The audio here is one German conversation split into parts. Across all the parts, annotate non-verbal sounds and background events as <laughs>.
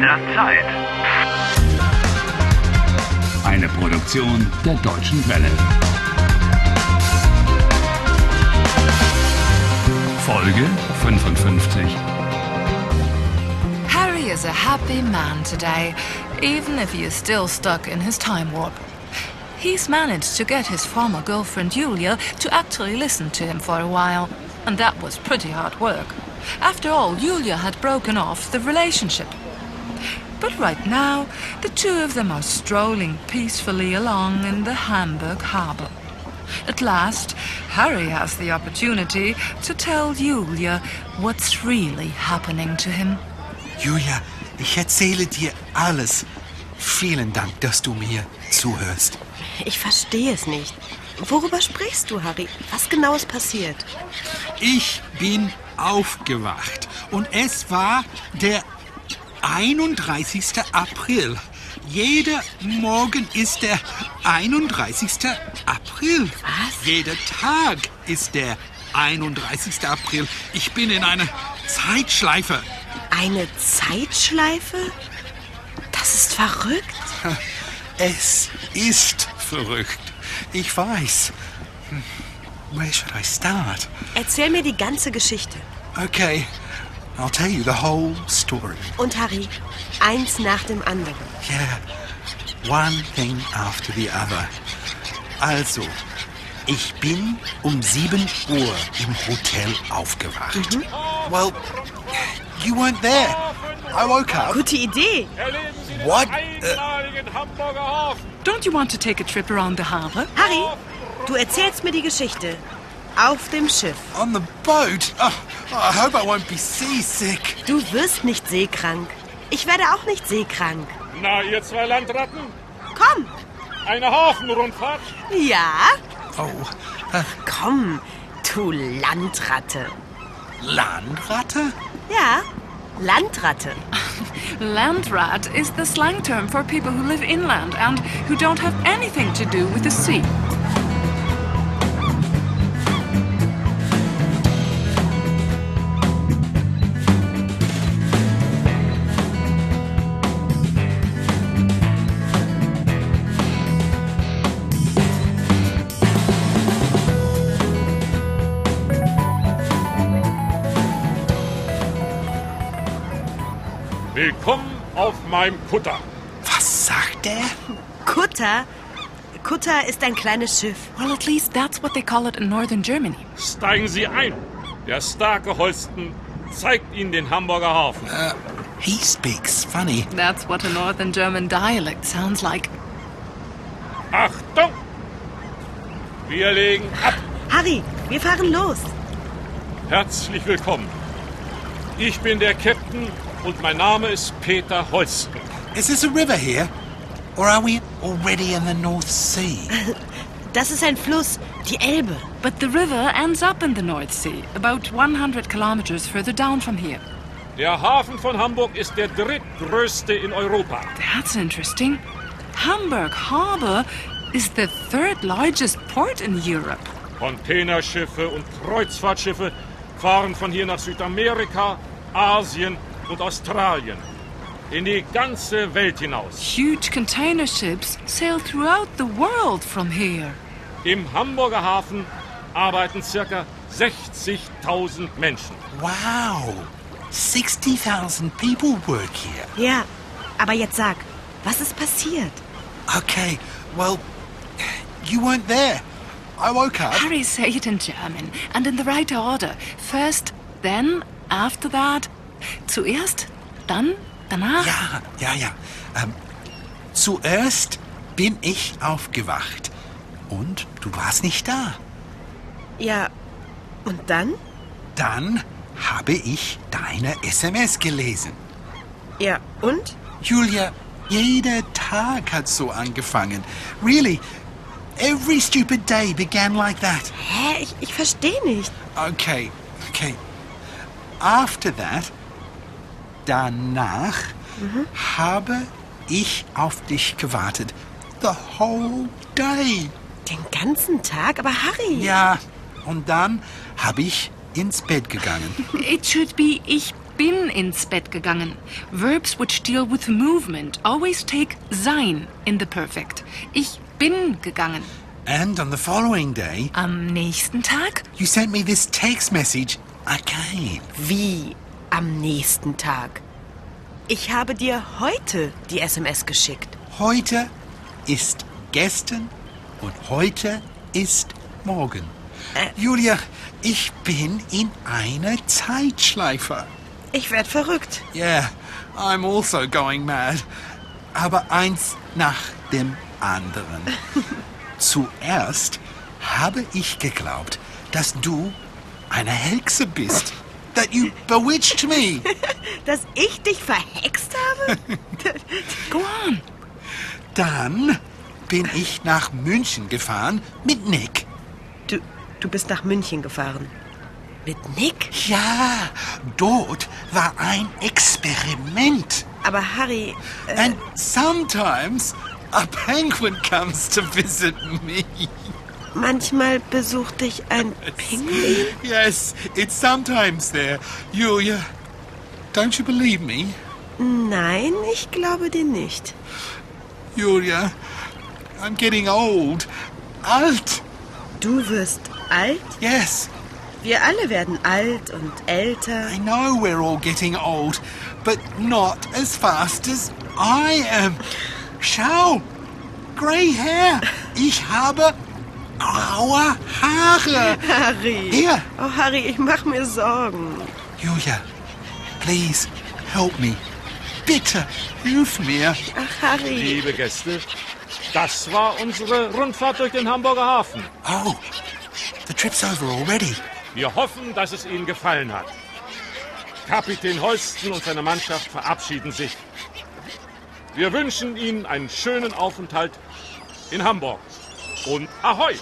der Zeit. Eine Produktion der Deutschen Welle. Folge 55. Harry is a happy man today, even if he is still stuck in his time warp. He's managed to get his former girlfriend Julia to actually listen to him for a while, and that was pretty hard work. After all, Julia had broken off the relationship. But right now, the two of them are strolling peacefully along in the Hamburg harbour. At last, Harry has the opportunity to tell Julia what's really happening to him. Julia, ich erzähle dir alles. Vielen Dank, dass du mir zuhörst. Ich verstehe es nicht. Worüber sprichst du, Harry? Was genau ist passiert? Ich bin aufgewacht und es war der 31. April. Jeder Morgen ist der 31. April. Was? Jeder Tag ist der 31. April. Ich bin in einer Zeitschleife. Eine Zeitschleife? Das ist verrückt. Es ist verrückt. Ich weiß. Hm, Where should I start? Erzähl mir die ganze Geschichte. Okay, I'll tell you the whole story. Und Harry, eins nach dem anderen. Yeah, one thing after the other. Also, ich bin um 7 Uhr im Hotel aufgewacht. Well, you weren't there. I woke up. Gute Idee. Erleben Sie den What? Uh, einmaligen Hamburger Hafen. Don't you want to take a trip around the harbour? Harry, du erzählst mir die Geschichte. Auf dem Schiff. On the boat? Oh, I hope I won't be seasick. Du wirst nicht seekrank. Ich werde auch nicht seekrank. Na, ihr zwei Landratten, Komm. eine Hafenrundfahrt. Ja? Oh, Komm, du Landratte. Landratte? Ja, Landratte. Landrat is the slang term for people who live inland and who don't have anything to do with the sea. Willkommen auf meinem Kutter. Was sagt er? Kutter? Kutter ist ein kleines Schiff. Well, at least that's what they call it in northern Germany. Steigen Sie ein. Der starke Holsten zeigt Ihnen den Hamburger Hafen. He speaks funny. That's what a northern German dialect sounds like. Achtung! Wir legen ab. Harry, wir fahren los. Herzlich willkommen. Ich bin der Captain und mein Name ist Peter Holsten. Is this a river here? Or are we already in the North Sea? Das ist ein Fluss, die Elbe. But the river ends up in the North Sea, about 100 kilometers further down from here. Der Hafen von Hamburg ist der drittgrößte in Europa. That's interesting. Hamburg Harbour is the third largest port in Europe. Containerschiffe und Kreuzfahrtschiffe fahren von hier nach Südamerika, Asien und Australien. In die ganze Welt hinaus. Huge container ships sail throughout the world from here. Im Hamburger Hafen arbeiten circa 60.000 Menschen. Wow! 60,000 people work here. Ja, aber jetzt sag, was ist passiert? Okay, well, you weren't there. I woke up. Harry, say it in German and in the right order. First, then, after that. Zuerst, dann, danach. Ja, ja, ja. Ähm, zuerst bin ich aufgewacht. Und du warst nicht da. Ja, und dann? Dann habe ich deine SMS gelesen. Ja, und? Julia, jeder Tag hat so angefangen. Really, every stupid day began like that. Hä, ich, ich verstehe nicht. Okay, okay. After that, danach habe ich auf dich gewartet. The whole day. Den ganzen Tag, aber Harry. Ja, und dann habe ich ins Bett gegangen. It should be ich bin ins Bett gegangen. Verbs which deal with movement always take sein in the perfect. Ich bin gegangen. And on the following day, Am nächsten Tag? you sent me this text message again. Wie am nächsten Tag? Ich habe dir heute die SMS geschickt. Heute ist gestern und heute ist morgen. Julia, ich bin in einer Zeitschleife. Ich werd verrückt. Yeah, I'm also going mad. Aber eins nach dem anderen. Zuerst habe ich geglaubt, dass du eine Hexe bist. That you bewitched me. Dass ich dich verhext habe? Go on. Dann bin ich nach München gefahren mit Nick. <laughs> Du, du bist nach München gefahren. Mit Nick? Ja, dort war ein Experiment. Aber Harry, äh, And sometimes a penguin comes to visit me. manchmal besucht dich ein Pinguin. Yes, it's sometimes there. Julia, don't you believe me? Nein, ich glaube dir nicht. Julia, I'm getting old. Alt. Du wirst alt. Yes, Wir alle werden alt und älter. I know we're all getting old, but not as fast as I am. Schau, grey hair. Ich habe graue Haare. Harry. Hier. Oh, Harry, ich mach mir Sorgen. Julia, please help me. Bitte, hilf mir. Ach, Harry. Liebe Gäste, das war unsere Rundfahrt durch den Hamburger Hafen. Oh, the trip's over already. Wir hoffen, dass es Ihnen gefallen hat. Kapitän Holsten und seine Mannschaft verabschieden sich. Wir wünschen Ihnen einen schönen Aufenthalt in Hamburg. Und Ahoi!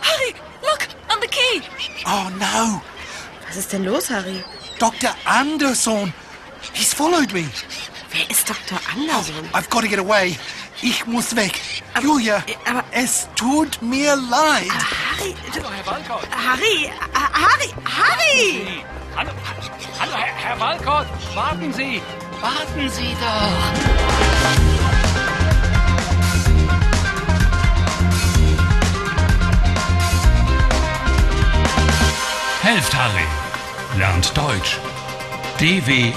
Harry, look, on the key. Oh no, Was ist denn los, Harry? Dr. Anderson. He's followed me. Wer ist Dr. Anderson? I've got to get away. Ich muss weg. Julia, aber- es tut mir leid. Harry, du, Harry, Ha- Harry, Harry! Hallo, hallo Herr, Herr Walcott, warten Sie, warten Sie doch. Helft Harry. Lernt Deutsch. dw.com/harry.